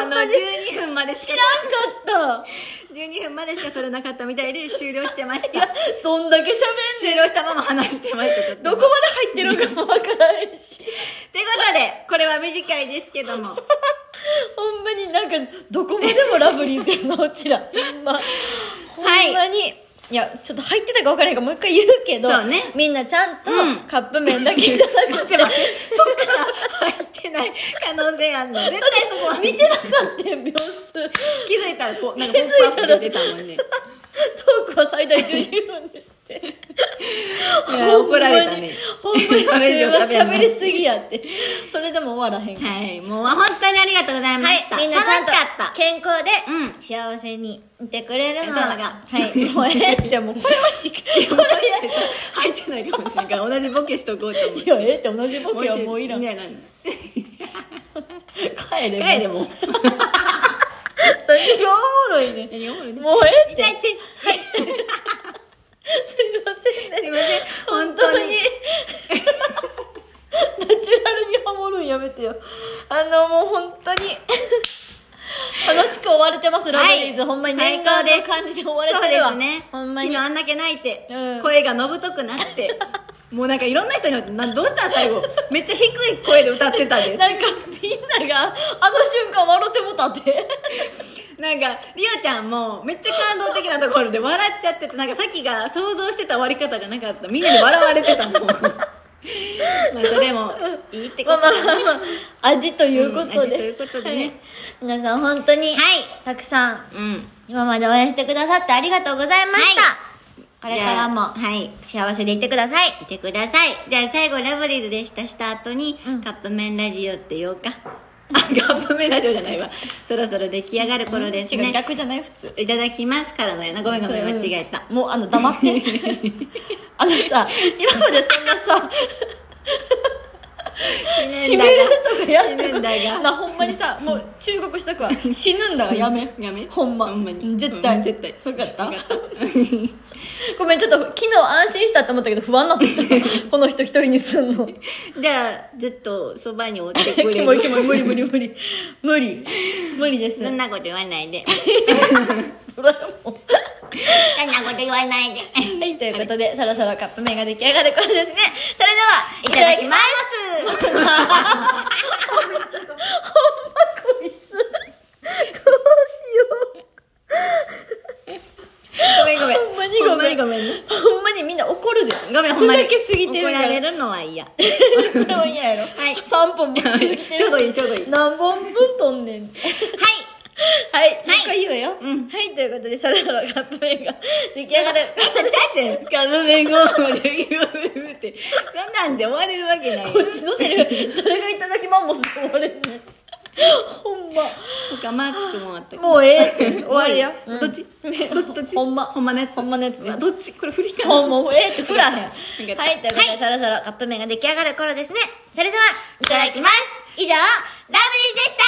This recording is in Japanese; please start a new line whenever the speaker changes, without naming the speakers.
あの12分までしか
かっ
12分までしか撮れなかったみたいで終了してました
いや
た
どんだけ喋ん
終了したまま話してましたちょっと
どこまで入ってるかもわからへんし
ということでこれは短いですけども
ほんまになんかどこまでもラブリーだよなうちらほんまほんまに、いやちょっと入ってたか分からへんからもう一回言うけど
そうね
みんなちゃんと
うん
カップ麺だけじゃなく
待って
て
待ってそっから入ってない可能性あんの絶対そこは
見てなかったよ秒数
気づいたらこうなんかポップアップで出たもんね
トークは最大12分ですって
いや怒られたね
ほんまに
それ以上 喋んない
喋りすぎやってそれでも終わらへんから
はいもう本当にありがとうございました、
みんなちゃんと
楽しかった
健康で
うん
幸せにいてくれるの
そう
が、はい、もうええって、もうこれはし、こ
これ入ってないかもしれんから同じボケしとこうと思っ
れ、い
て
や、ええって、同じボケはもういらん。
ねえなん
帰れ。
帰れもう
何が おもろいねん。
何がおもろいね
もうええって。
痛いって
すいませんね。
すいません本
本
当
当
に
に。ナチュラルに ハモるんやめてよ。あの、もう本当に。楽しく終われてます、ラブリーズ。ほんまに
最
年
高
間
で
の
す
感じで終われ
そう
て
で
るわ。
すね
ほんま
昨
に
日。あんだけ泣いて、
うん
声がのぶとくなって もうなんかいろんな人によってなんどうしたん最後めっちゃ低い声で歌ってたで
なんかみんながあの瞬間笑っても たって
なんかリオちゃんもめっちゃ感動的なところで笑っちゃっててなんかさっきが想像してた終わり方じゃなかったみんなに笑われ てたもんまあそれもいいってこ
まあ
と
まあ
だね
味というこ
う
と
ん味
で、
ということでね
はい皆さん本当に、たくさん
うん
今まで応援してくださってありがとうございました、
はい
これからも
じゃあはい
幸せでいてください
いてくださいじゃあ最後ラブリーズでしたした後に、
うん
カップ麺ラジオって言おうかあカップ麺ラジオじゃない わそろそろ出来上がる頃ですね、
逆じゃない普通
いただきますからのやなごめんごめん間違えた
もうあの黙って あのさ今までそんな さ
締
締
め
め
る
るとかやった
締めんだい
こ
が
と なほんまにさもう忠告しとくわ死ぬんだがやめ
やめ
ほんま
ほんまに
うん絶対
うん絶対
分かった
わかった
ごめんちょっと昨日安心したと思ったけど不安になって きたこの人一人にすんの
じゃあずっとそばにおってくれる
キモいキモい無理無理無 理無理無理です
そんなこと言わない で
ドラえもん
そんなこと言わないで
はいということでそろそろカップ麺が出来上がる頃ですねそれ
い
ではい
ただ
ただ
き
き
ま
ます
す
ほんまこいつどうしよ
ごめんごめん
ほんまにご
ほ
めん
んまにごめんね
うほんまにみんな怒るで
ごめんほんまに
ふざけすぎてるから
怒られるのは嫌
それは嫌やろ
はい
3本も続けてるし
ちょうどいいちょうどいい
何本分とんねん
はい
はい、もう一回言うよ。
うん
はい、ということで、そろそろカップ麺が出来上がる。
だってカムメゴールで言われるってそんなんで終われるわけない
こっちのセリフ、どれがいただきマンモスで終われんねん。ほんま。
他マークもんあった
もうええって、終わるよ。
うん
どっち
どっちどっち
ほんま
ほんまのやつ
ほんまのやつね
あどっちこれ振りかな
ほんま、もうええって振らへん。
わ
は
か
い、とい
っ
う
た
ことで、そろそろカップ麺が出来上がる頃ですね。それでは、いただきます。以上、ラブリーズでした